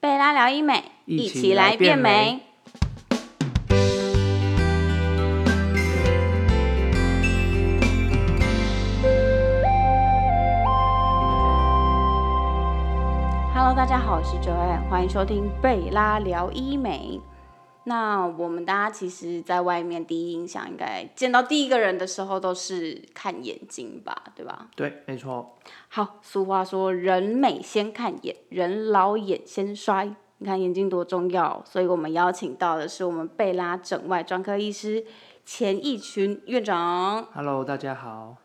拉聊医美，一一起起来来变变美。Hello，大家好，我是 Joanne，欢迎收听贝拉聊医美。那我们大家其实，在外面第一印象应该见到第一个人的时候，都是看眼睛吧，对吧？对，没错，好，俗话说“人美先看眼，人老眼先衰”。你看眼睛多重要，所以我们邀请到的是我们贝拉整外专科医师钱义群院长。 Hello，大家好。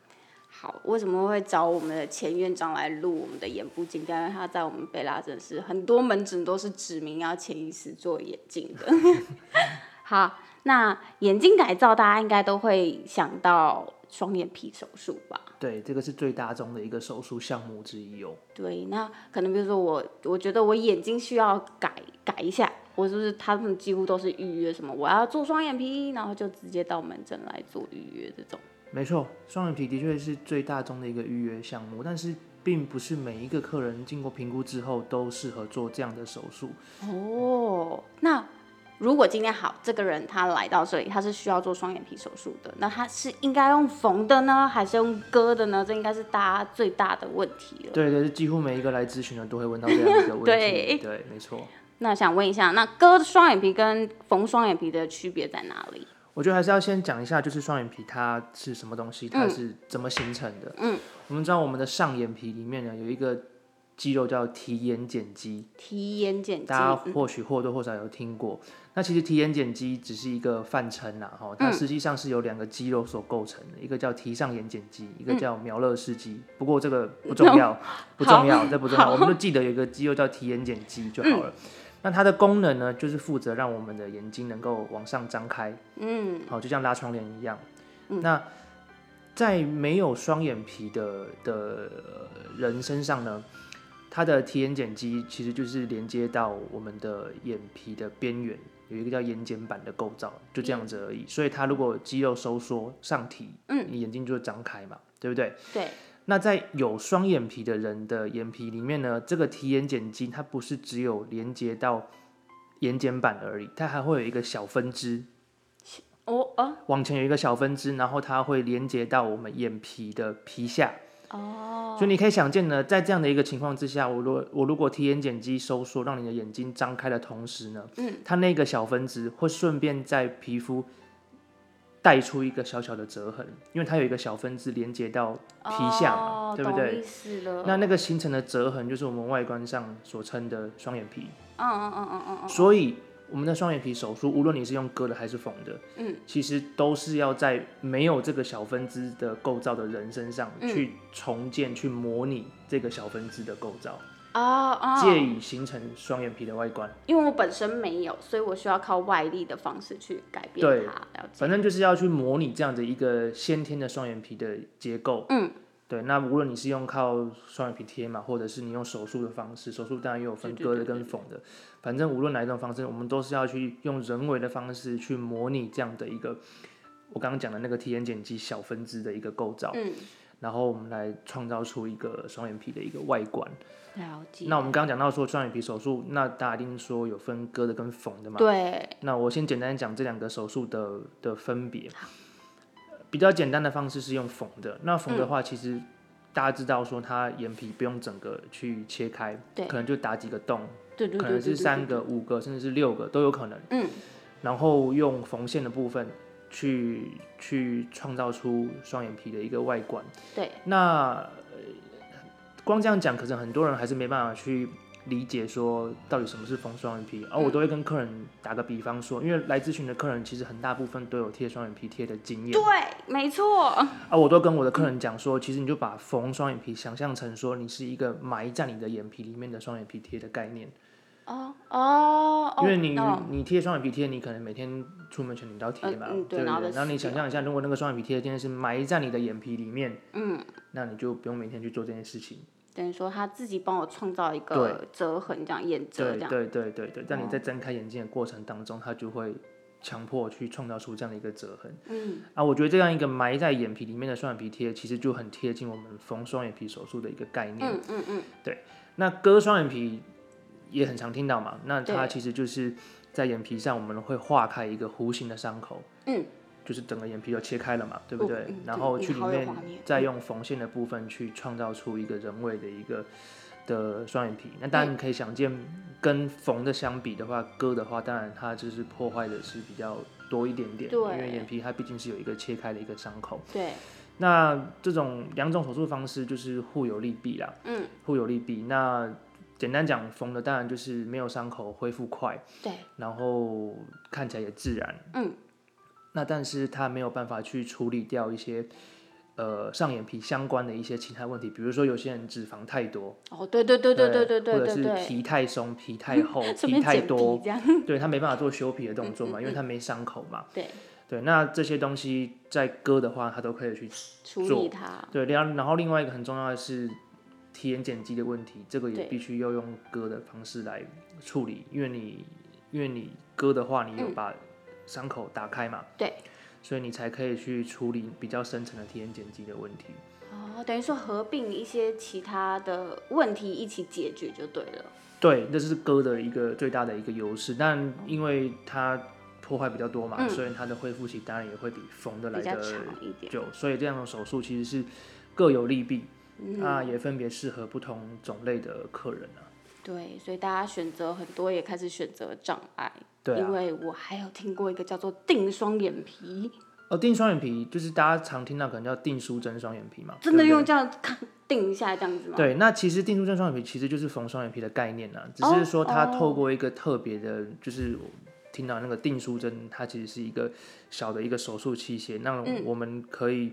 好，为什么会找我们的钱院长来录我们的眼部镜掉？因为他在我们贝拉诊室很多门诊都是指明要钱医师做眼镜的。 好，那眼睛改造大家应该都会想到双眼皮手术吧？对，这个是最大宗的一个手术项目之一哦。对，那可能比如说我，我觉得我眼睛需要改改一下，我是不是他们几乎都是预约什么我要做双眼皮，然后就直接到门诊来做预约这种。没错，双眼皮的确是最大宗的一个预约项目，但是并不是每一个客人经过评估之后都适合做这样的手术。哦，那如果今天好，这个人他来到这里，他是需要做双眼皮手术的，那他是应该用缝的呢，还是用割的呢？这应该是大家最大的问题了。对对，是几乎每一个来咨询的都会问到这样的一个问对题。对，没错。那想问一下，那割双眼皮跟缝双眼皮的区别在哪里？我觉得还是要先讲一下，就是双眼皮它是什么东西，它是怎么形成的。嗯，我们知道我们的上眼皮里面呢有一个肌肉叫提眼睑肌，提眼睑肌，大家或许或多或少有听过。那其实提眼睑肌只是一个泛称啦，哈，它实际上是由两个肌肉所构成的，一个叫提上眼睑肌，一个叫苗勒氏肌。不过这个不重要，不重要，这不重要，我们就记得有一个肌肉叫提眼睑肌就好了。那它的功能呢，就是负责让我们的眼睛能够往上张开，嗯，好，就像拉窗帘一样。那在没有双眼皮的的呃人身上呢，它的提眼睑肌其实就是连接到我们的眼皮的边缘，有一个叫眼睑板的构造，就这样子而已。所以它如果肌肉收缩上提，嗯，你眼睛就会张开嘛，对不对？对，那在有双眼皮的人的眼皮里面呢，这个提眼睑肌它不是只有连接到眼睑板而已，它还会有一个小分支，哦哦往前有一个小分支，然后它会连接到我们眼皮的皮下。哦，所以你可以想见呢，在这样的一个情况之下，我如我如果提眼睑肌收缩，让你的眼睛张开的同时呢，嗯，它那个小分支会顺便在皮肤带出一个小小的折痕，因为它有一个小分支连接到皮下嘛，哦、对不懂对？意思了。那那个形成的折痕就是我们外观上所称的双眼皮。嗯嗯嗯嗯嗯嗯，所以我们的双眼皮手术，无论你是用割的还是缝的，嗯，其实都是要在没有这个小分支的构造的人身上去重建、去模拟这个小分支的构造，啊啊，借以形成双眼皮的外观。因为我本身没有，所以我需要靠外力的方式去改变对它。了解。反正就是要去模拟这样的一个先天的双眼皮的结构。嗯，对。那无论你是用靠双眼皮贴嘛，或者是你用手术的方式，手术当然也有分对对割的对跟缝的。反正无论哪一种方式，我们都是要去用人为的方式去模拟这样的一个我刚刚讲的那个体眼睑肌小分支的一个构造，嗯，然后我们来创造出一个双眼皮的一个外观。了解。那我们刚刚讲到说双眼皮手术，那大家一定说有分割的跟缝的嘛？对，那我先简单讲这两个手术的的分别。比较简单的方式是用缝的，那缝嗯的话，其实大家知道说它眼皮不用整个去切开对，可能就打几个洞，对对对对可能是对三个、五个，甚至是六个都有可能。嗯，然后用缝线的部分去去创造出双眼皮的一个外观。对，那呃光这样讲，可是很多人还是没办法去理解说到底什么是缝双眼皮。而、嗯我都会跟客人打个比方说，因为来咨询的客人其实很大部分都有贴双眼皮贴的经验。对，没错。啊，我都跟我的客人讲说，其实你就把缝双眼皮想象成说你是一个埋在你的眼皮里面的双眼皮贴的概念。哦哦，哦因为你、懂你贴双眼皮贴，你可能每天出门前你都要贴嗯嘛，嗯对对不然后对？再然后你撕想掉象一下，如果那个双眼皮贴今天是埋在你的眼皮里面，嗯，那你就不用每天去做这件事情。等于说他自己帮我创造一个折痕，这样眼折对这样。哦对对对对，但你在睁开眼睛的过程当中，它就会强迫去创造出这样的一个折痕。嗯，啊，我觉得这样一个埋在眼皮里面的双眼皮贴，其实就很贴嗯近我们缝双眼皮手术的一个概念。嗯嗯嗯，那割双眼皮也很常听到嘛。那它对其实就是在眼皮上，我们会划开一个弧形的伤口，嗯，就是整个眼皮都切开了嘛，对不对？嗯嗯然对后你去里好有面画面嗯再用缝线的部分去创造出一个人为的一个的双眼皮。那当然你可以想见，跟缝的相比的话，割的话，当然它就是破坏的是比较多一点点，对因为眼皮它毕竟是有一个切开的一个伤口。对，那这种两种手术方式就是互有利弊啦，嗯，互有利弊。那简单讲，缝的当然就是没有伤口，恢复快，对，然后看起来也自然，嗯。那但是它没有办法去处理掉一些，呃，上眼皮相关的一些其他问题，比如说有些人脂肪太多，哦，对对对对对对对或者对是对，皮太松、皮太 厚、顺皮便太剪多皮，这样，对他没办法做修皮的动作嘛，因为他没伤口嘛。对，对，那这些东西在割的话，他都可以去处做理它，对，然后然后另外一个很重要的是体验剪辑的问题，这个也对必须要用割的方式来处理，因为你因为你割的话，你有把伤口打开嘛，嗯对，所以你才可以去处理比较深层的体验剪辑的问题。哦，等于说合并一些其他的问题一起解决就对了。对，这是割的一个最大的一个优势，但因为它破坏比较多嘛，嗯所以它的恢复期当然也会比缝的来比较的长一点。久，所以这样的手术其实是各有利弊，嗯那也分别适合不同种类的客人啊。对，所以大家选择很多，也开始选择障碍。对啊因，为我还有听过一个叫做定双眼皮，哦，定双眼皮就是大家常听到可能叫定书针双眼皮嘛，真的啊对不用这样看定一下这样子对吗？对，那其实定书针双眼皮其实就是缝双眼皮的概念啦，只是说哦它透过一个特别的，就是我听到那个定书针，它其实是一个小的一个手术器械，那嗯我们可以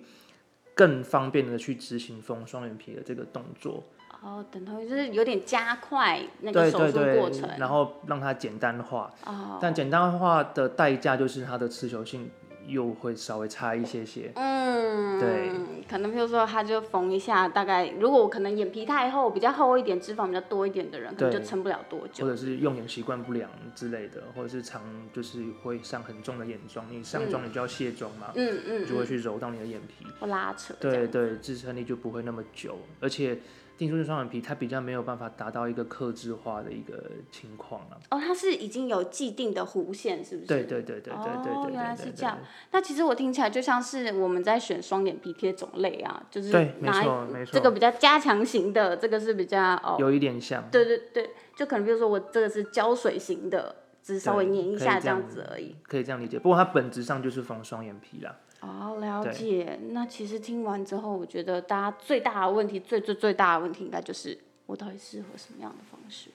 更方便的去执行缝双眼皮的这个动作，哦，等同于就是有点加快那个对手对术过对程，然后让它简单化，哦，但简单化的代价就是它的持久性又会稍微差一些些，嗯，对，可能譬如说他就缝一下，大概如果我可能眼皮太厚，比较厚一点，脂肪比较多一点的人，可能对就撑不了多久。或者是用眼习惯不良之类的，或者是常就是会上很重的眼妆，你上妆你就要卸妆嘛，嗯嗯，就会去揉到你的眼皮。或拉扯这样。啊对对，支撑力就不会那么久，而且定住的双眼皮它比较没有办法达到一个克制化的一个情况啊。哦，它是已经有既定的弧线，是不是？对对对对对对对哦对原来是对对这样那其实我听起来就像是我们在选双眼皮贴种类啊，就是对没拿错没错这个比较加强型的，这个是比较哦，有一点像。对对对，就可能比如说我这个是胶水型的，只是稍微对粘一可以下这这样样子而已。可以这样理解，不过它本质上就是缝双眼皮啦。哦，了对解。那其实听完之后，我觉得大家最大的问题，最最最大的问题，应该就是我到底适合什么样的方式？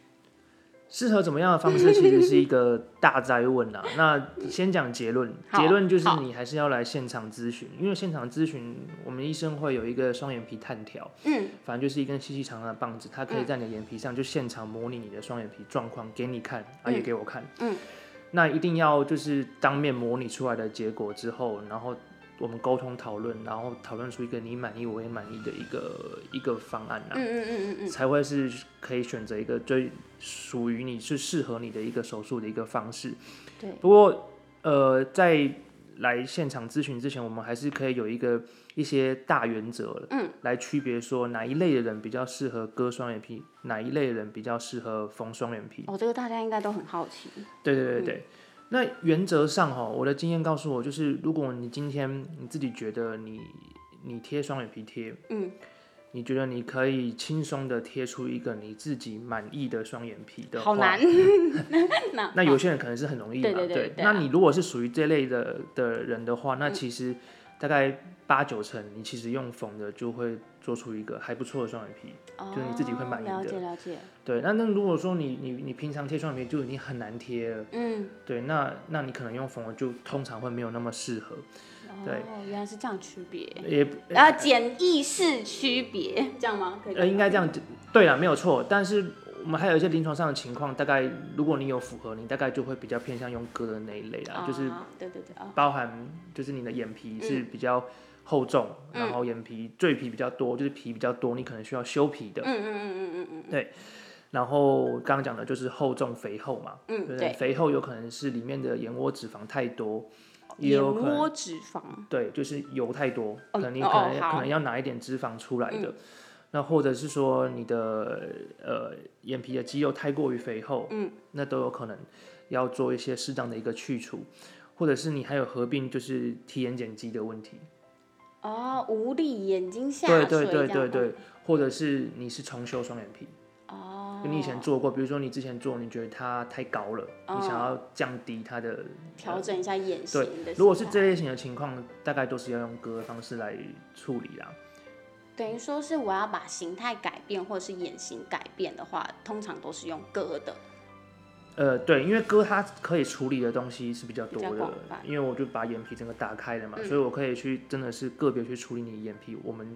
适合怎么样的方式，其实是一个大灾 问啦。那先讲结论，好结论就是你还是要来现场咨询，因为现场咨询，我们医生会有一个双眼皮探条，嗯，反正就是一根细细长长的棒子，它可以在你的眼皮上就现场模拟你的双眼皮状况给你看，啊也给我看，嗯，那一定要就是当面模拟出来的结果之后，然后。我们沟通讨论，然后讨论出一个你满意我也满意的一个一个方案啊嗯啦、嗯嗯嗯嗯，才会是可以选择一个最属于你是适合你的一个手术的一个方式。对，不过，呃，在来现场咨询之前，我们还是可以有一个一些大原则，嗯，来区别说哪一类的人比较适合割双眼皮，哪一类的人比较适合缝双眼皮。哦，这个大家应该都很好奇。对对嗯对对。那原则上哈，我的经验告诉我，就是如果你今天你自己觉得你你贴双眼皮贴，嗯，你觉得你可以轻松的贴出一个你自己满意的双眼皮的话，好 难。那那有些人可能是很容易嘛，对对对对啊嗯那你如果是属于这类的的人的话，那其实大概八九成，你其实用缝的就会做出一个还不错的双眼皮。哦就是你自己会满意的了解了解，对，那那如果说你你你平常贴双眼皮就已经很难贴了，嗯，对，那那你可能用缝的就通常会没有那么适合，对哦，原来是这样区别。也然后简易式区别，这样吗？可以这呃样应该这样。对了，没有错，但是我们还有一些临床上的情况，大概如果你有符合，你大概就会比较偏向用割的那一类啦，啊，就是对对对啊，包含就是你的眼皮嗯是比较厚重，然后眼皮赘皮比较多，就是皮比较多，你可能需要修皮的。嗯嗯嗯嗯嗯然后刚刚讲的就是厚重肥厚嘛，嗯对不嗯，对？对，肥厚有可能是里面的眼窝脂肪太多，也眼有可能窝脂肪，对，就是油太多，哦可能你哦可能、好嗯可能要拿一点脂肪出来的。那或者是说你的呃眼皮的肌肉太过于肥厚，嗯，那都有可能要做一些适当的一个去除，或者是你还有合并就是提眼睑肌的问题，哦，无力眼睛下对垂对对这样哦对吗，对，或者是你是重修双眼皮，哦，就你以前做过，比如说你之前做你觉得它太高了，哦你想要降低它的调整一下眼型对的心态，如果是这类型的情况，大概都是要用割的方式来处理啦。等于说是我要把形态改变或者是眼型改变的话，通常都是用割的。呃，对，因为割它可以处理的东西是比较多比较的广泛，嗯因为我就把眼皮整个打开了嘛，所以我可以去真的是个别去处理你眼皮我们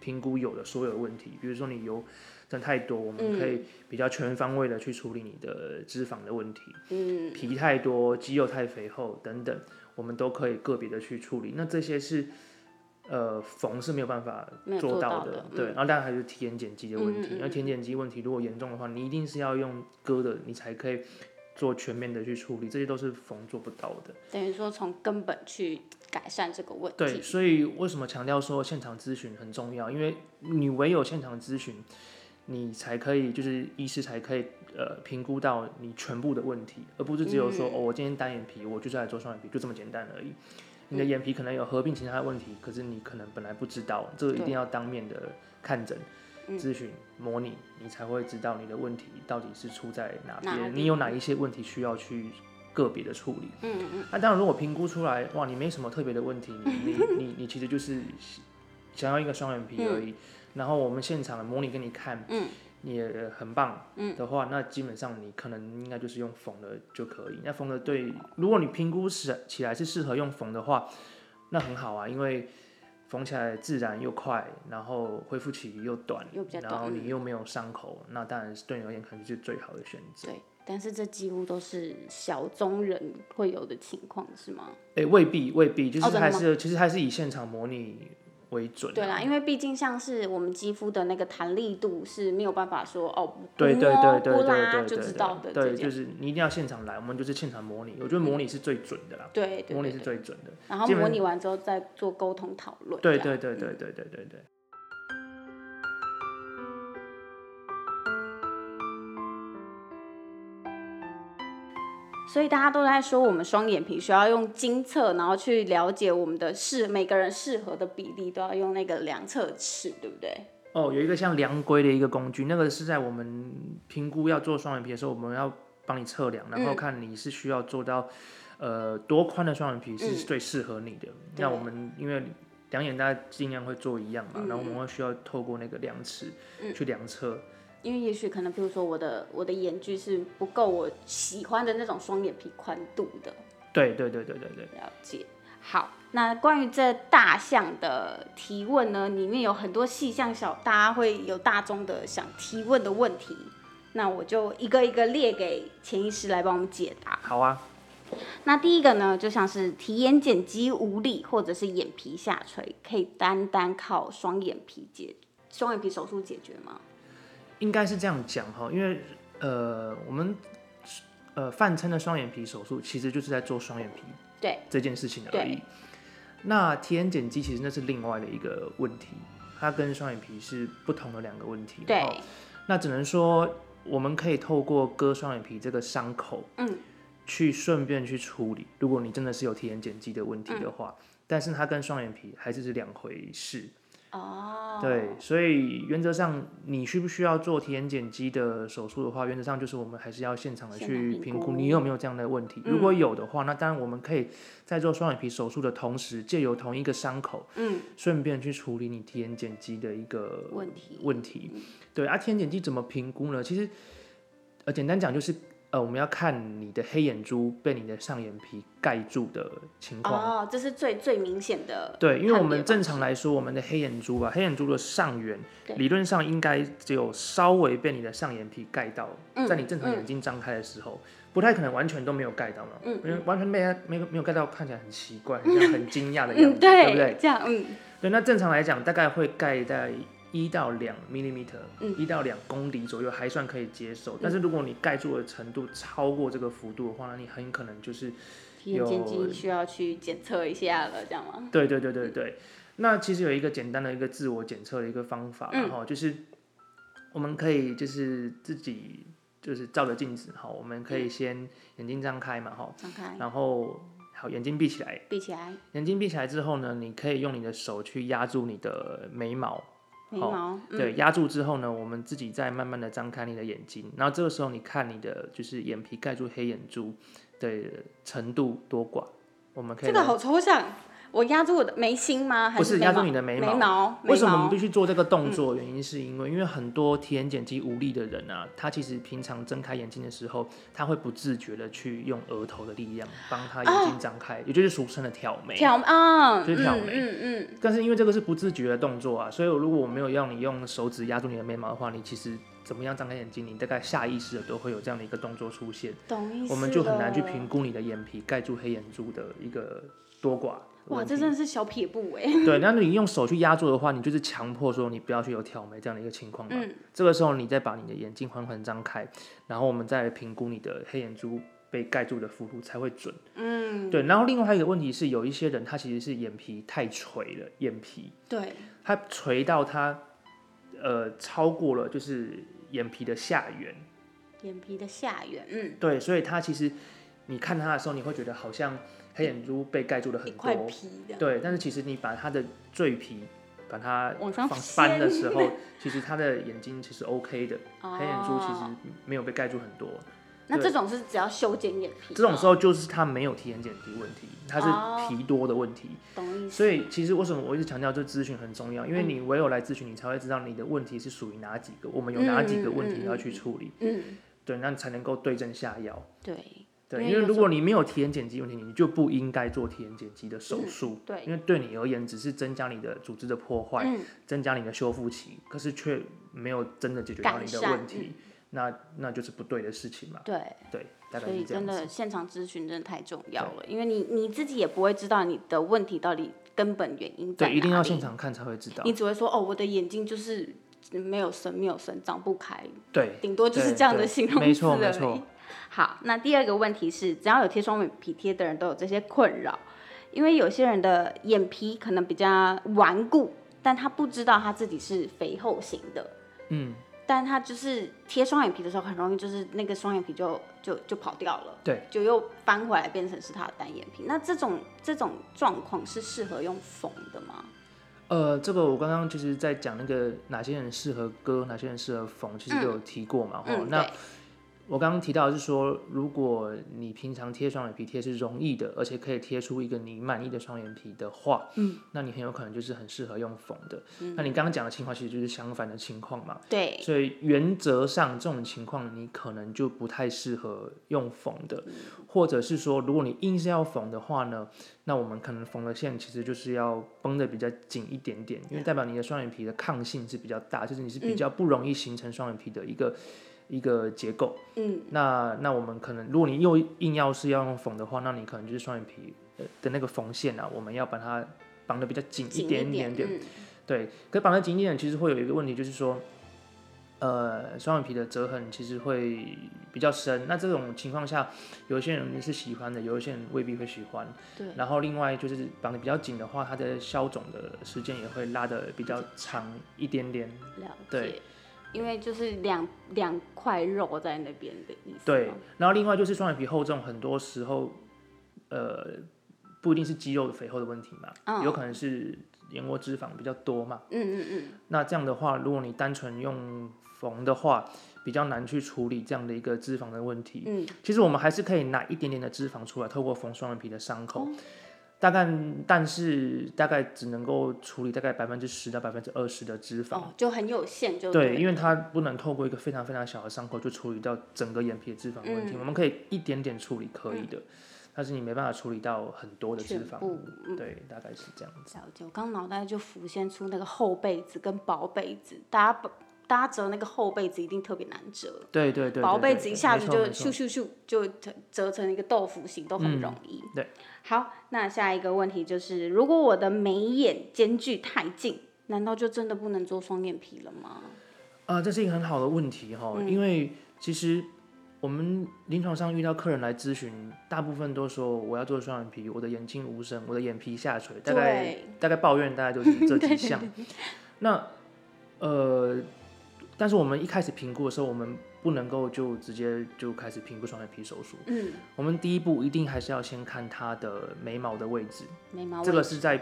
评估有的所有问题，比如说你油真的太多，我们可嗯以比较全方位的去处理你的脂肪的问题，嗯，皮太多、肌肉太肥厚等等，我们都可以个别的去处理。那这些是呃缝是没有办法没有做到的，嗯对。然后当然还是体检减肌的问嗯嗯题嗯，那体检肌问题如果严重的话，你一定是要用割的，你才可以做全面的去处理，这些都是缝做不到的。等于说从根本去改善这个问对，题。所以为什么强调说现场咨询很重要？因为你唯有现场咨询，你才可以就是医师才可以呃评估到你全部的问题，而不是只有嗯说、哦我今天单眼皮，我就是来做双眼皮，就这么简单而已。嗯你的眼皮可能有合并其他的问题，可是你可能本来不知道，这个一定对要当面的看诊、嗯咨询、模拟，你才会知道你的问题到底是出在哪哪边，里你有哪一些问题需要去个别的处理。嗯嗯，那、当然，如果评估出来，哇，你没什么特别的问题， 你你你你其实就是想要一个双眼皮而已。然后我们现场模拟给你看，嗯，你也很棒，的话，那基本上你可能应该就是用缝的就可以。那缝的对，如果你评估是起来是适合用缝的话，那很好啊，因为缝起来自然又快，然后恢复期又短，又比较短然后你又没有伤口，那当然是对你而言可能是最好的选择。对。但是这几乎都是小中人会有的情况，是吗？诶，未必，未必，就哦真是的还是、其实还是以现场模拟为准、啊。对啦，因为毕竟像是我们肌肤的那个弹力度是没有办法说哦，不对对摸对对不对对拉对就对知道的这对，件就事。是你一定要现场来，我们就是现场模拟，我觉得模拟是最准的啦，对对模拟对是对。最准的。然后基本模拟完之后再做沟通讨论。对这样嗯对对对对对对对。所以大家都在说，我们双眼皮需要用精测，然后去了解我们的适每个人适合的比例，都要用那个量测尺，对不对？哦，有一个像量规的一个工具，那个是在我们评估要做双眼皮的时候，我们要帮你测量，嗯然后看你是需要做到、呃多宽的双眼皮嗯是最适合你的。那我们因为两眼大家尽量会做一样嘛，然后我嗯们会需要透过那个量尺去量测。因为也许可能，比如说我的我的眼距是不够我喜欢的那种双眼皮宽度的，对对对对对对。了解。好，那关于这大项的提问呢，里面有很多细项小，大家会有大众的想提问的问题，那我就一个一个列给潜意识来帮我们解答。好啊，那第一个呢，就像是提眼睑肌无力或者是眼皮下垂，可以单单靠双眼皮解双眼皮手术解决吗？应该是这样讲哈，因为呃，我们呃泛称的双眼皮手术其实就是在做双眼皮对这件事情而已。那提眼睑肌其实那是另外的一个问题，它跟双眼皮是不同的两个问题。对哦，那只能说我们可以透过割双眼皮这个伤口，嗯，去顺便去处理。如果你真的是有提眼睑肌的问题嗯的话，但是它跟双眼皮还是是两回事。哦，对，所以原则上你需不需要做体眼睑肌的手术的话，原则上就是我们还是要现场的现去场评评估估嗯你有没有这样的问题。如果有的话，那当然我们可以在做双眼皮手术的同时，借由同一个伤口，嗯，顺便去处理你体眼睑肌的一个问题问题。嗯对啊，体眼睑肌怎么评估呢？其实，呃，简单讲就是。呃，我们要看你的黑眼珠被你的上眼皮盖住的情况，哦，这是最最明显的，对，因为我判别们方正常来说，我们的黑眼珠啊，黑眼珠的上缘对理论上应该只有稍微被你的上眼皮盖到，嗯在你正常眼睛张开的时候，不太可能完全都没有盖到嘛，嗯因为完全没没有没有盖到，看起来很奇怪，很 像很惊讶的啊样子，嗯，对不对？这样，嗯，对，那正常来讲，大概会盖在一到两 millimeter，嗯一到两公里左右还算可以接受，但是如果你盖住的程度超过这个幅度的话，那你很可能就是提眼睑有肌需要去检测一下了，这样吗？嗯对对对对对。那其实有一个简单的一个自我检测的一个方法，嗯然后、就是我们可以就是自己就是照着镜子哈，我们可以先眼睛张开嘛哈，嗯张开，然后好眼睛闭起来，闭起来，眼睛闭起来之后呢，你可以用你的手去压住你的眉毛，眉毛，嗯，对，压住之后呢，我们自己再慢慢的张开你的眼睛，然后这个时候你看你的就是眼皮盖住黑眼珠的程度多寡，我们可以这个来好抽象。我压住我的眉心吗？还不是眉压住毛你的眉眉毛毛，为什眉么我们毛嗯必须做这个动作？原因是因为，因为很多体眼睑肌无力的人啊，他其实平常睁开眼睛的时候，他会不自觉的去用额头的力量帮他眼睛张开，也就是俗称的挑眉。挑啊，就是挑眉嗯嗯嗯，但是因为这个是不自觉的动作啊，所以如果我没有要你用手指压住你的眉毛的话，你其实怎么样张开眼睛，你大概下意识的都会有这样的一个动作出现，懂意思。我们就很难去评。估你的眼皮盖住黑眼珠的一个多寡。哇，这真的是小撇步哎。 对，那你用手去压住的话，你就是强迫说你不要去有挑眉这样的一个情况嘛。嗯这个时候你再把你的眼睛缓缓张开，然后我们再来评估你的黑眼珠被盖住的幅度才会准。嗯，对，然后另外还有一个问题是，有一些人他其实是眼皮太垂了，眼皮对，他垂到他呃超过了就是眼皮的下缘，眼皮的下缘，嗯，对，所以他其实你看他的时候，你会觉得好像黑眼珠被盖住了一很块多，皮的。对，但是其实你把他的赘皮把它往上放掀翻的时候，其实他的眼睛其实 OK 的，哦黑眼珠其实没有被盖住很多。那对这种是只要修剪眼皮吗，这种时候就是他没有提眼睑肌问题，他是皮多的问题。哦懂意思。嗯所以其实为什么我一直强调这咨询很重要，因为你唯有来咨询，你才会知道你的问题是属于哪几个，我们有哪几个问嗯嗯题嗯要去处理，嗯，对，那你才能够对症下药。对对，因因为为有如时果你没有提眼睑肌问题，你就不应该做提眼睑肌的嗯手术。对，因为对你而言只是增加你的组织的破坏，嗯增加你的修复期，可是却没有真的解决到你的问改善嗯题，那那就是不对的事情嘛。对，对，大概所是以这真样子。的现场咨询真的太重要了，因为你你自己也不会知道你的问题到底根本原因在对，一定哪要里现场看才会知道你。只会说哦，我的眼睛就是没有神，没有神，长不开，对，顶多就是对这样的对形容没词错没而错已。好，那第二个问题是，只要有贴双眼皮贴的人都有这些困扰，因为有些人的眼皮可能比较顽固，但他不知道他自己是肥厚型的，嗯，但他就是贴双眼皮的时候，很容易就是那个双眼皮就就就跑掉了，对，就又翻回来变成是他的单眼皮。那这种这种状况是适合用缝的吗？呃，这个我刚刚就是在讲那个哪些人适合割，哪些人适合缝，其实都有提过嘛。哦、嗯，那对，我刚刚提到的是说，如果你平常贴双眼皮贴是容易的，而且可以贴出一个你满意的双眼皮的话，嗯，那你很有可能就是很适合用缝的。那你刚刚讲的情况其实就是相反的情况嘛，对，所以原则上这种情况你可能就不太适合用缝的，或者是说，如果你硬是要缝的话呢，那我们可能缝的线其实就是要绷得比较紧一点点，因为代表你的双眼皮的抗性是比较大，就是你是嗯比较不容易形成双眼皮的一个、一个结构。嗯，那那我们可能，如果你又硬要是要用缝的话，那你可能就是双眼皮呃的那个缝线啊，我们要把它绑得比较紧一紧点点，点。嗯，对，可绑得紧一点，其实会有一个问题，就是说，呃，双眼皮的折痕其实会比较深。那这种情况下，有一些人是喜欢的，有一些人未必会喜欢。对。然后另外就是绑得比较紧的话，它的消肿的时间也会拉得比较长一点点。嗯了对解，因为就是两两块肉在那边的意思吗。啊对，然后另外就是双眼皮厚重，很多时候，呃，不一定是肌肉肥厚的问题嘛，嗯有可能是眼窝脂肪比较多嘛。嗯嗯嗯，那这样的话，如果你单纯用缝的话，比较难去处理这样的一个脂肪的问题。嗯，其实我们还是可以拿一点点的脂肪出来，透过缝双眼皮的伤哦口。大概，但是大概只能够处理大概百分之十到百分之二十的脂肪，哦，就很有限就对，因为为它不能透过一个非常非常小的伤口就处理到整个眼皮的脂肪问嗯题，我们可以一点点处理可以的，但是你没办法处理到很多的脂全肪部，嗯对，大概是这样。了解。我刚脑袋就浮现出那个厚被子跟薄被子，大家不大家折那个厚被子一定特别难折，对对对，薄对被对子一对下没子错就没错嗯咻咻咻就折折成一个豆腐形，都很容易。对，好，那下一个问题就是，如果我的眉眼间距太近，难道就真的不能做双眼皮了吗？嗯啊、这是一个很好的问题哈、因为其实我们临床上遇到客人来咨询，大部分都说我要做双眼皮，我的眼睛无神，我的眼皮下垂，呃大概对大概抱怨大概 就是这几项。那呃，但是我们一开始评估的时候，我们不能够就直接就开始评估双眼皮手术。嗯，我们第一步一定还是要先看它的眉毛的啊位置，眉毛这问个是在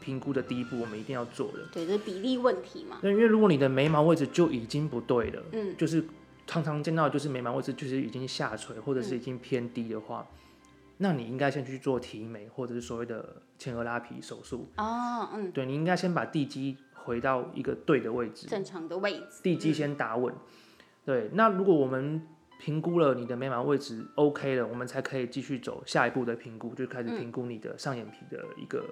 评估的第一步，我们一定要做的。对，这是比例问题嘛。那因为如果你的眉毛位置就已经不对了，嗯，就是常常见到的就是眉毛位置就是已经下垂或者是已经偏低的话，那你应该先去做提眉或者是所谓的前额拉皮手术。哦，嗯，对，你应该先把地基回到一个对的位置，正常的位置。地基先打稳。对，那如果我们评估了你的眉毛位置 OK 了，我们才可以继续走下一步的评估，就开始评估你的上眼皮的一个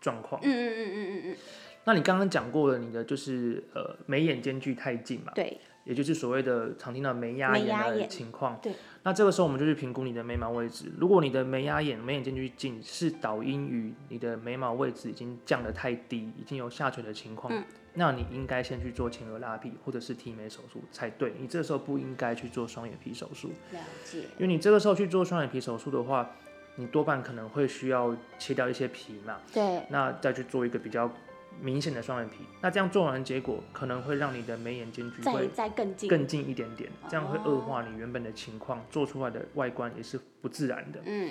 状况。嗯嗯嗯嗯嗯那你刚刚讲过了，你的就是呃眉眼间距太近嘛嗯，，对，也就是所谓的常听到眉压眉压眼的眼情况。对，那这个时候我们就去评估你的眉毛位置。如果你的眉压眼、眉眼间距近是导因于你的眉毛位置已经降得太低，已经有下垂的情况，嗯那你应该先去做前额拉皮或者是提眉手术才对。你这时候不应该去做双眼皮手术，了解。因为你这个时候去做双眼皮手术的话，你多半可能会需要切掉一些皮嘛。对，那再去做一个比较明显的双眼皮。那这样做完的结果可能会让你的眉眼间距再会再更近。更近一点点，这样会哦恶化你原本的情况，做出来的外观也是不自然的。嗯，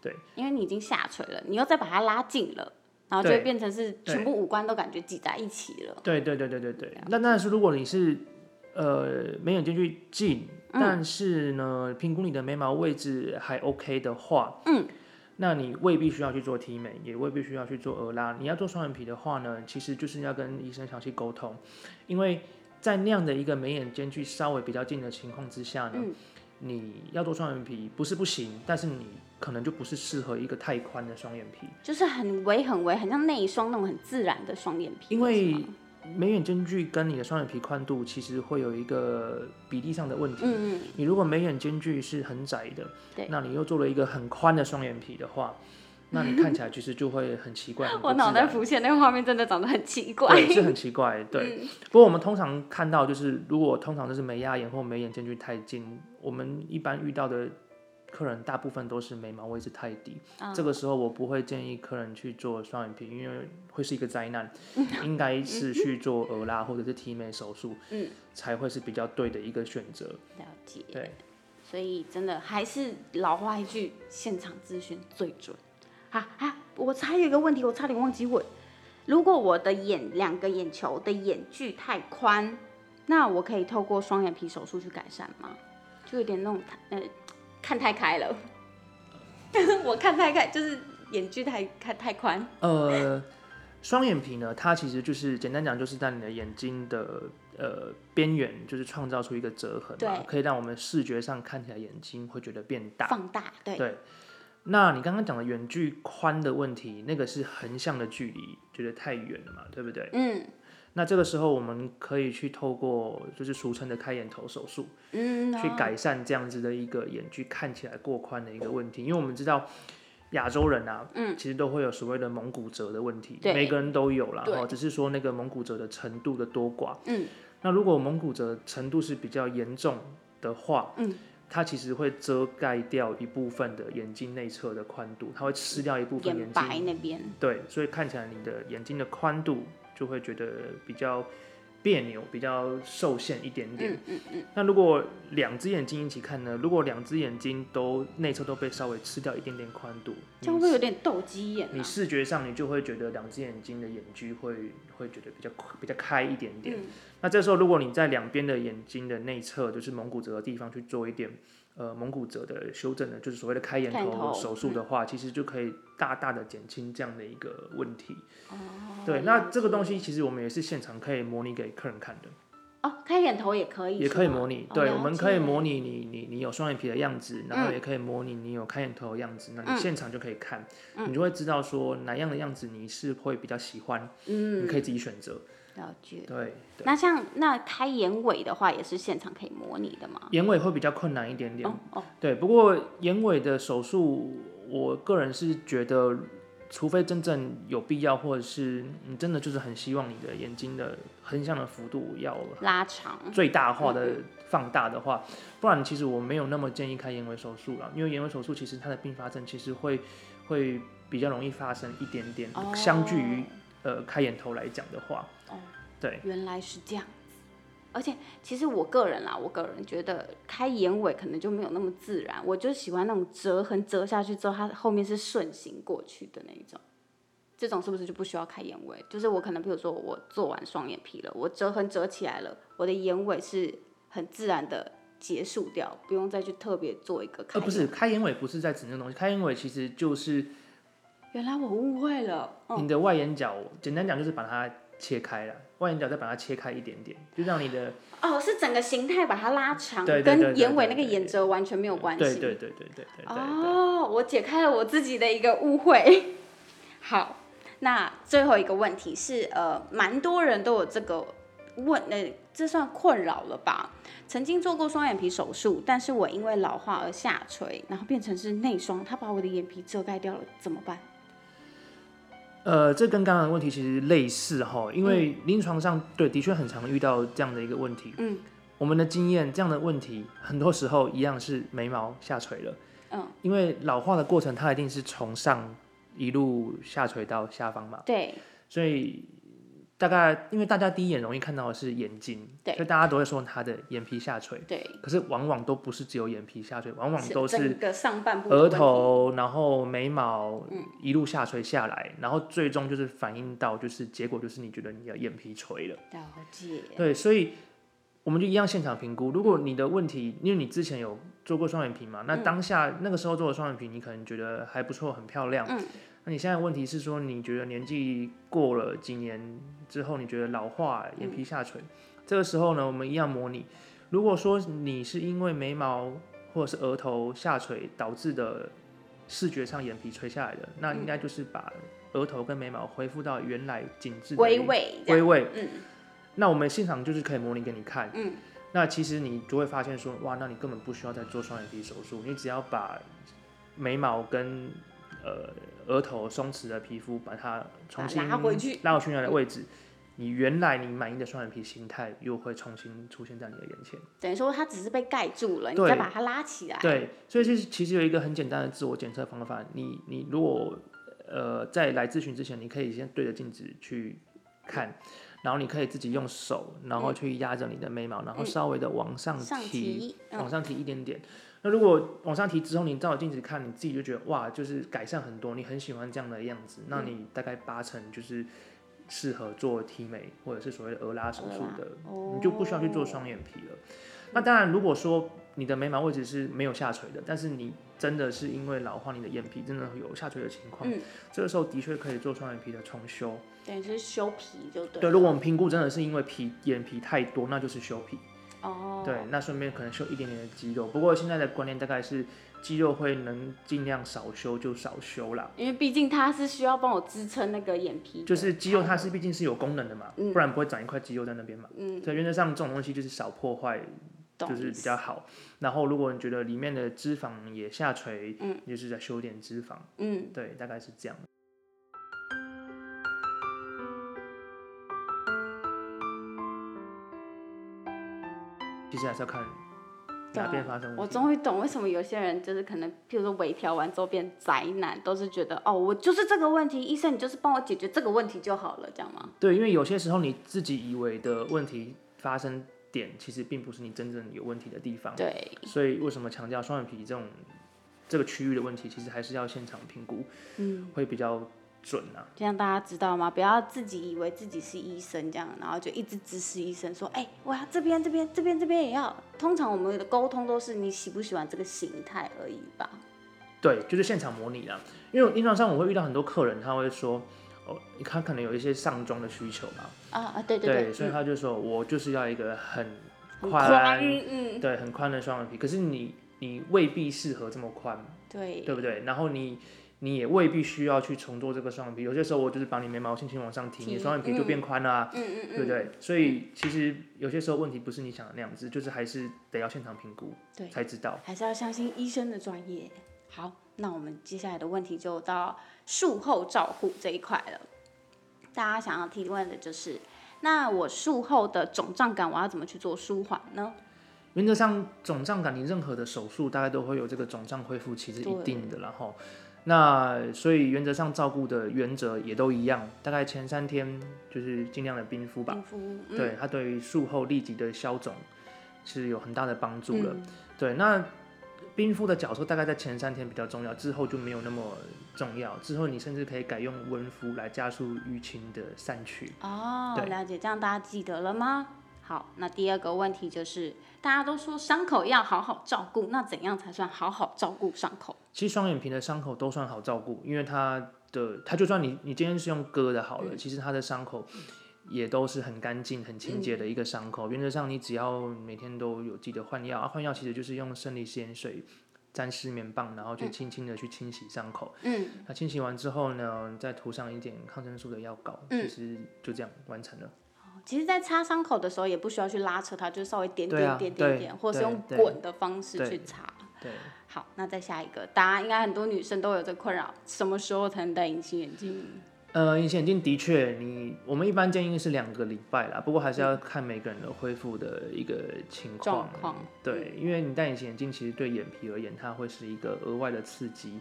对，因为你已经下垂了，你又再把它拉近了，然后就会对变成是对全部五官都感觉挤在一起了。对对对对对对。那但是如果你是呃眉眼间距近，嗯但是呢评估你的眉毛位置还 OK 的话，嗯，那你未必需要去做提眉，也未必需要去做额拉。你要做双眼皮的话呢，其实就是要跟医生详细沟通，因为在那样的一个眉眼间距稍微比较近的情况之下呢，嗯你要做双眼皮不是不行，但是你可能就不是适合一个太宽的双眼皮。就是很微很微，很像内双那种很自然的双眼皮。因是为吗眉眼间距跟你的双眼皮宽度其实会有一个比例上的问题。嗯嗯，你如果眉眼间距是很窄的，对那你又做了一个很宽的双眼皮的话，那你看起来其实就会很奇 怪，很不我脑自袋然浮现那个画面，真的长得很奇怪。嗯对，是很奇怪。对，不过我们通常看到就是，如果通常就是眉压眼或眉眼间距太近，我们一般遇到的客人大部分都是眉毛位置太低。嗯这个时候我不会建议客人去做双眼皮，因为会是一个灾 难。应该是去做额拉或者是提眉手术，嗯，才会是比较对的一个选择。 了解。对，所以真的还是老话一句，现场咨询最准。啊啊！我还有一个问题，我差点忘记问。如果我的眼两个眼球的眼距太宽，那我可以透过双眼皮手术去改善吗？就有点那种太呃看太开了， 我看太开就是眼距太看太宽。呃，双眼皮呢，它其实就是简单讲，就是在你的眼睛的呃边缘，就是创造出一个折痕嘛对，可以让我们视觉上看起来眼睛会觉得变大。放大，对，对，那你刚刚讲的远距宽的问题，那个是横向的距离，觉得太远了嘛，对不对？嗯那这个时候我们可以去透过就是俗称的开眼头手术，嗯，去哦，改善这样子的一个眼距看起来过宽的一个问题，因为我们知道亚洲人啊，嗯，其实都会有所谓的蒙古褶的问题，对每个人都有啦，对哦，只是说那个蒙古褶的程度的多寡。嗯，那如果蒙古褶程度是比较严重的话，嗯，它其实会遮盖掉一部分的眼睛内侧的宽度，它会吃掉一部分眼眼白睛，那边，对，所以看起来你的眼睛的宽度就会觉得比较别扭，比较受限一点点。嗯嗯嗯，那如果两只眼睛一起看呢？如果两只眼睛都内侧都被稍微吃掉一点点宽度，这样会有点斗鸡眼你啊。视觉上你就会觉得两只眼睛的眼距会会觉得比较比较开一点点。嗯那这时候如果你在两边的眼睛的内侧，就是蒙古褶的地方去做一点呃蒙古褶的修正呢，就是所谓的开眼开眼头头嗯手术的话，其实就可以大大的减轻这样的一个问题。哦对，那这个东了解西其实我们也是现场可以模拟给客人看的。哦，开眼头也可以，也是可以吗模拟哦，对，了我们可以解模拟你你你有双眼皮的样子，然后嗯也可以模拟你有开眼头的样子，那你嗯现场就可以看，你就会知道说哪样的样子你是会比较喜欢，你嗯，可以自己选择。了解。对，对，那像那开眼尾的话，也是现场可以模拟的吗？眼尾会比较困难一点点哦，哦，对，不过眼尾的手术，我个人是觉得除非真正有必要，或者是你真的就是很希望你的眼睛的横向的幅度要拉长，最大化嗯的放大的话，不然其实我没有那么建议开眼尾手术了，因为眼尾手术其实它的并发症其实会会比较容易发生一点点，哦相距于呃开眼头来讲的话，哦对，原来是这样子。而且，其实我个人啦，我个人觉得开眼尾可能就没有那么自然，我就喜欢那种折痕折下去之后，它后面是顺行过去的那一种。这种是不是就不需要开眼尾？就是我可能，比如说我做完双眼皮了，我折痕折起来了，我的眼尾是很自然的结束掉，不用再去特别做一个开。呃不，是开眼尾不是在指那个东西，开眼尾其实就是原来我误会了。嗯，你的外眼角，简单讲就是把它切开了，外眼角再把它切开一点点，就让你的哦，是整个形态把它拉长，对对对对跟眼尾那个对对对眼折完全没有关系。对对对对对对对对。哦，我解开了我自己的一个误会。好，那最后一个问题是，呃，蛮多人都有这个问，呃，这算困扰了吧？曾经做过双眼皮手术，但是我因为老化而下垂，然后变成是内双，它把我的眼皮遮盖掉了，怎么办？呃，这跟刚刚的问题其实类似哈，因为临床上对的确很常遇到这样的一个问题。嗯，我们的经验，这样的问题很多时候一样是眉毛下垂了。嗯，因为老化的过程，它一定是从上一路下垂到下方嘛，对，所以大概因为大家第一眼容易看到的是眼睛，对所以大家都会说他的眼皮下垂，对，可是往往都不是只有眼皮下垂，往往都是整个上半部的额问题，嗯头，然后眉毛一路下垂下来，然后最终就是反映到就是结果就是你觉得你的眼皮垂了，了解，对，所以我们就一样现场评估。如果你的问题，因为你之前有做过双眼皮嘛，那当下那个时候做的双眼皮，你可能觉得还不错，很漂亮。嗯那你现在问题是说，你觉得年纪过了几年之后，你觉得老化、眼皮下垂，这个时候呢，我们一样模拟。如果说你是因为眉毛或者是额头下垂导致的视觉上眼皮垂下来的，那应该就是把额头跟眉毛恢复到原来紧致的归位，这归样，位。嗯那我们现场就是可以模拟给你看。嗯，那其实你就会发现说，哇，那你根本不需要再做双眼皮手术，你只要把眉毛跟呃额头松弛的皮肤把它重新把它拉回去拉回去原来的位置。你原来你满意的双眼皮形态又会重新出现在你的眼前，等于说它只是被盖住了，你对再把它拉起来，对，所以其实其实有一个很简单的自我检测方法，你你如果呃在来咨询之前，你可以先对着镜子去看，然后你可以自己用手，然后去压着你的眉毛，然后稍微的往上嗯上提，提，嗯往上提一点点。那如果往上提之后，你照着镜子看，你自己就觉得哇，就是改善很多，你很喜欢这样的样子，嗯那你大概八成就是适合做提眉或者是所谓的额拉手术的你就不需要去做双眼皮了。那当然，如果说你的眉毛位置是没有下垂的，但是你真的是因为老化，你的眼皮真的有下垂的情况，嗯这个时候的确可以做双眼皮的重修。哦等于是修皮就对了。对，如果我们评估真的是因为皮眼皮太多，那就是修皮。哦，对，那顺便可能修一点点的肌肉。不过现在的观念大概是肌肉会能尽量少修就少修啦。因为毕竟它是需要帮我支撑那个眼皮的，就是肌肉它是毕竟是有功能的嘛，嗯不然不会长一块肌肉在那边嘛。嗯，所以原则上这种东西就是少破坏懂就是意比思较好。然后如果你觉得里面的脂肪也下垂，嗯，就是在修点脂肪，嗯，对，大概是这样。其实还是要看对哪啊边发生我问题。终于懂为什么有些人就是可能，譬如说微调完之后变宅男，都是觉得哦，我就是这个问题，医生你就是帮我解决这个问题就好了，这样吗？对，因为有些时候你自己以为的问题发生点，其实并不是你真正有问题的地方。对，所以为什么强调双眼皮这种这个区域的问题，其实还是要现场评估，嗯，会比较准啊。这样大家知道吗？不要自己以为自己是医生这样，然后就一直指使医生说，哎、我要这边这边这边这边也要。通常我们的沟通都是你喜不喜欢这个形态而已吧？对，就是现场模拟啦。因为临床上我会遇到很多客人，他会说，哦，他可能有一些上妆的需求嘛，啊啊，对对对，所以他就说我就是要一个很很宽，宽，嗯，对，很宽的双眼皮。可是你你未必适合这么宽，对，对不对？然后你你也未必需要去重做这个双眼皮。有些时候我就是把你眉毛轻轻往上提，提你双眼皮就变宽啦、嗯嗯嗯，对不对？所以其实有些时候问题不是你想的那样子，就是还是得要现场评估对才知道。还是要相信医生的专业。好，那我们接下来的问题就到术后照护这一块了。大家想要提问的就是，那我术后的肿胀感，我要怎么去做舒缓呢？原则上，肿胀感你任何的手术大概都会有这个肿胀恢复期是一定的啦，然后那所以原则上照顾的原则也都一样，大概前三天就是尽量的冰敷吧，冰敷，嗯对它对于术后立即的消肿是有很大的帮助了。对，那冰敷的角色大概在前三天比较重要，之后就没有那么重要。之后你甚至可以改用温敷来加速淤青的散去。哦，对了解，这样大家记得了吗？好，那第二个问题就是，大家都说伤口要好好照顾，那怎样才算好好照顾伤口？其实双眼皮的伤口都算好照顾，因为它的它就算你你今天是用割的好了，其实它的伤口。也都是很干净、很清洁的一个伤口。原则上，你只要每天都有记得换药，啊，换药其实就是用生理盐水沾湿棉棒，然后去轻轻的去清洗伤口。嗯，那清洗完之后呢，再涂上一点抗生素的药膏，其实就这样完成了。其实，在擦伤口的时候，也不需要去拉扯它，就稍微点对啊点点点对点，或是用对对滚的方式对去擦。对，好，那再下一个，大家应该很多女生都有这困扰，什么时候才能戴隐形眼镜？呃，隐形眼镜的确，你我们一般建议是两个礼拜啦，不过还是要看每个人的恢复的一个情状。况况对，因为你戴隐形眼镜，其实对眼皮而言，它会是一个额外的刺激，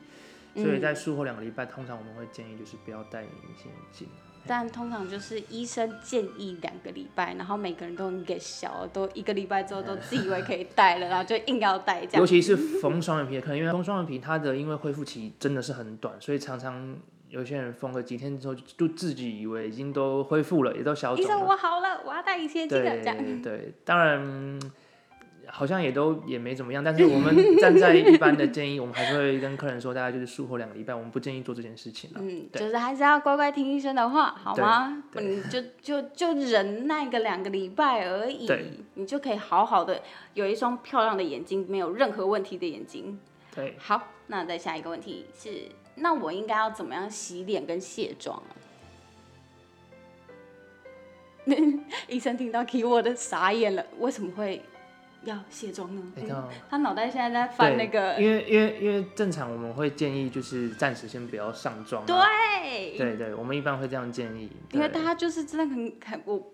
嗯所以在术后两个礼拜，通常我们会建议就是不要戴隐形眼镜。但通常就是医生建议两个礼拜，然后每个人都很给小，都一个礼拜之后都自以为可以戴了，然后就硬要戴这尤样。其是缝双眼皮的客人，因为缝双眼皮它的因为恢复期真的是很短，所以常常有些人缝个几天之后，就自己以为已经都恢复了，也都消医肿生，了。我好了，我要戴隐形眼镜了，对这样。对，当然嗯好像也都也没怎么样，但是我们站在一般的建议，我们还是会跟客人说，大概就是术后两个礼拜，我们不建议做这件事情了。嗯，对就是还是要乖乖听医生的话，好吗？对你就就就忍耐个两个礼拜而已对，你就可以好好的有一双漂亮的眼睛，没有任何问题的眼睛。对，哎好，那再下一个问题是，那我应该要怎么样洗脸跟卸妆啊？ 医生听到 keyword 傻眼了，为什么会要卸妆呢？哎、那他脑袋现在在嗯翻那对个，因为因为因为正常我们会建议就是暂时先不要上妆、啊。对，对对，我们一般会这样建议。因为对大家就是真的很很我。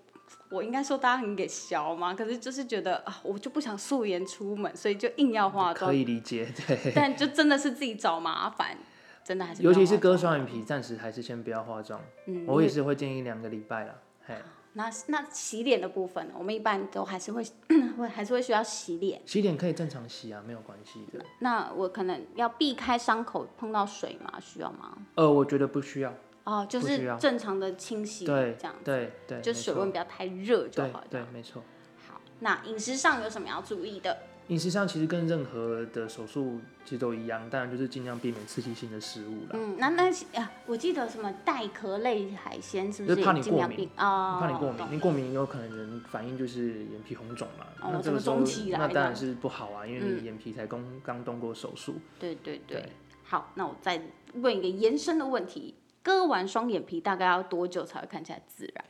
我应该说大家很给削嘛，可是就是觉得啊，我就不想素颜出门，所以就硬要 化可妆，以理解，对。但就真的是自己找麻烦，真的还是不要尤其是化割妆啊双眼皮，暂时还是先不要化妆。嗯我也是会建议两个礼拜啦。嘿，那那洗脸的部分呢，我们一般都还是会 会还是会需要洗脸。洗脸可以正常洗啊，没有关系的。那我可能要避开伤口碰到水吗？需要吗？呃，我觉得不需要。哦，就不需是要正常的清洗，对这样，对对，就没水错温不要太热就对好。这对样，没错。好，那饮食上有什么要注意的？饮食上其实跟任何的手术其实都一样，当然就是尽量避免刺激性的食物啦。嗯，那那啊，我记得什么带壳类海鲜是不就是怕也你尽量过避敏？哦，怕你过敏懂，你过敏有可能人反应就是眼皮红肿嘛，哦那怎这个么时候肿起来那当然的是不好啊，因为你眼皮才刚刚动过手术。对嗯对对对。好，那我再问一个延伸的问题：割完双眼皮大概要多久才会看起来自然？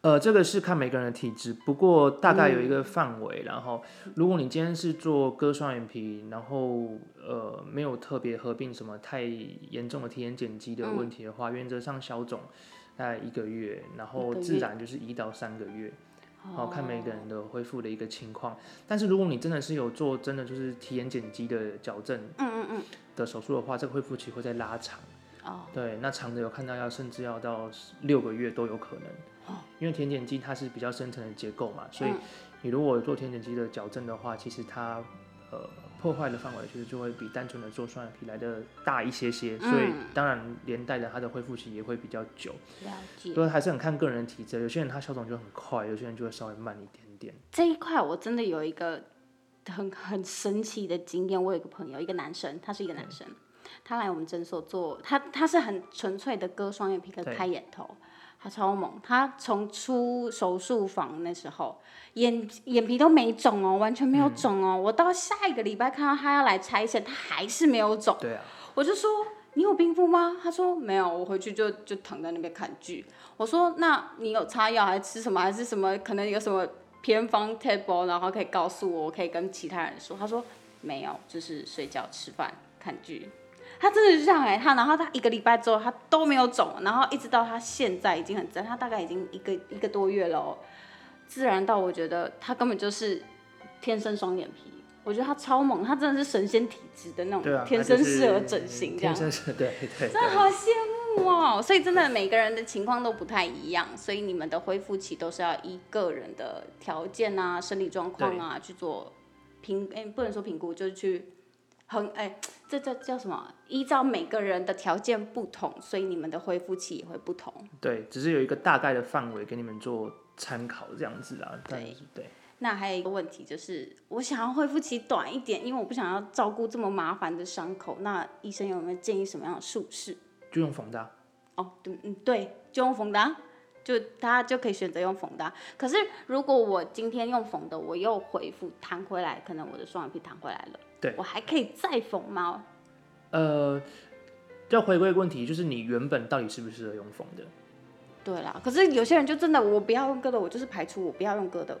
呃，这个是看每个人的体质，不过大概有一个范嗯围。然后，如果你今天是做割双眼皮，然后呃没有特别合并什么太严重的体眼睑肌的问题的话，原则上消肿大概一个月，然一后个自月哦然就是一到三个月。好、看每个人的恢复的一个情况。但是如果你真的是有做真的就是体眼睑肌的矫正嗯嗯嗯。的手术的话，这个恢复期会再拉长。哦，对，那长的有看到要甚至要到六个月都有可能，哦因为甜点肌它是比较深层的结构嘛，所以嗯你如果做甜点肌的矫正的话，其实它呃破坏的范围其实就会比单纯的做双眼皮来的大一些些，所以嗯当然连带着它的恢复期也会比较久，了解。所以还是很看个人的体质，有些人他消肿就很快，有些人就会稍微慢一点点。这一块我真的有一个很很神奇的经验。我有一个朋友，一个男生，他是一嗯个男生，他来我们诊所做，他他是很纯粹的割双眼皮跟对开眼头。他超猛，他从出手术房那时候，眼眼皮都没肿哦，完全没有嗯肿哦。我到下一个礼拜看到他要来拆线，他还是没有肿。对啊，我就说你有冰敷吗？他说没有，我回去就就躺在那边看剧。我说那你有擦药还是吃什么还是什么？可能有什么偏方 table，然后可以告诉我，我可以跟其他人说。他说没有，就是睡觉、吃饭、看剧。他真的是这样哎、他然后他一个礼拜之后他都没有肿，然后一直到他现在已经很真，他大概已经一个一个多月了、哦，自然到我觉得他根本就是天生双眼皮，我觉得他超猛，他真的是神仙体质的那种，对啊，天它就生适合是整形这样天。生适对对真的好羡慕哦！所以真的每个人的情况都不太一样，所以你们的恢复期都是要依个人的条件啊、生理状况啊去做评，哎、不能说评估，就是去衡，哎、这这叫什么？依照每个人的条件不同，所以你们的恢复期也会不同。对，只是有一个大概的范围给你们做参考这样子啦。但对是对，那还有一个问题就是，我想要恢复期短一点，因为我不想要照顾这么麻烦的伤口。那医生有没有建议什么样的术式？就用缝的啊、哦，对，嗯，对，就用缝的啊、就他就可以选择用缝的啊、可是如果我今天用缝的，我又恢复弹回来，可能我的双眼皮弹回来了，对我还可以再缝吗？呃，要回归问题，就是你原本到底适不适合用缝 的？对啦，可是有些人就真的，我不要用割的，我就是排除我不要用割的，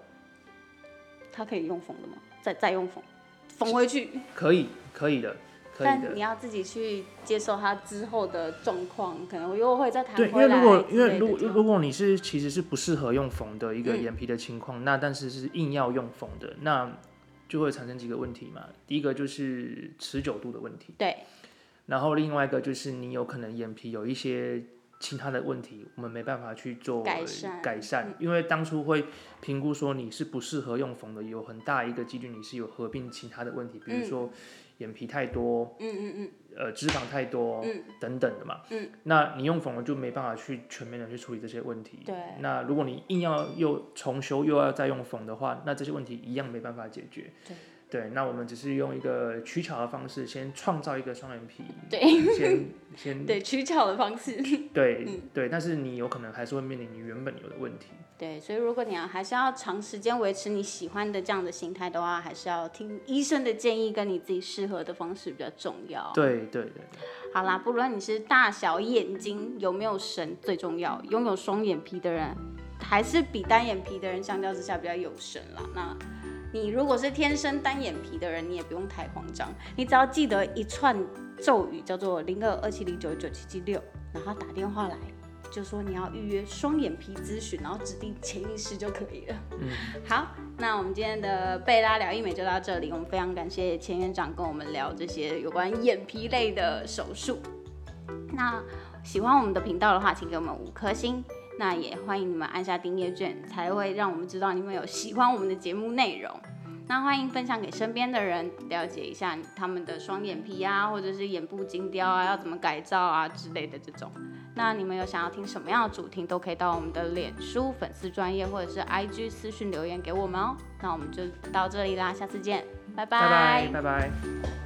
他可以用缝的吗？再再用缝，缝回去，可以，可以的，可以但的你。要自己去接受他之后的状况，可能我又会再弹对，因回为来之如类果的这种。因为如果如果你是其实是不适合用缝的一个嗯眼皮的情况，那但是是硬要用缝的，那就会产生几个问题嘛。第一个就是持久度的问题，对然后另外一个就是你有可能眼皮有一些其他的问题，我们没办法去做改善改善嗯因为当初会评估说你是不适合用缝的，有很大一个几率你是有合并其他的问题，比如说眼皮太多，嗯嗯嗯，呃，脂肪太多，嗯，等等的嘛，嗯，那你用缝了就没办法去全面的去处理这些问题，对那如果你硬要又重修又要再用缝的话，那这些问题一样没办法解决，对对，那我们只是用一个取巧的方式，先创造一个双眼皮，对 先先对，嗯取巧的方式。对、对，但是你有可能还是会面临你原本有的问题。对，所以如果你要还是要长时间维持你喜欢的这样的形态的话，还是要听医生的建议，跟你自己适合的方式比较重要。对对对，好啦，不论你是大小眼睛有没有神最重要，拥有双眼皮的人还是比单眼皮的人相较之下比较有神啦。那你如果是天生单眼皮的人，你也不用太慌张，你只要记得一串咒语叫做零二二七零九九七七六，然后打电话来。就说你要预约双眼皮咨询，然后指定潜意识就可以了。嗯，好，那我们今天的贝拉聊医美就到这里，我们非常感谢钱院长跟我们聊这些有关眼皮类的手术。那喜欢我们的频道的话，请给我们五颗星。那也欢迎你们按下订阅键，才会让我们知道你们有喜欢我们的节目内容。那欢迎分享给身边的人，了解一下他们的双眼皮啊，或者是眼部精雕啊，要怎么改造啊之类的这种。那你们有想要听什么样的主题，都可以到我们的脸书粉丝专业或者是 IG 私讯留言给我们哦。那我们就到这里啦，下次见，拜拜拜拜拜。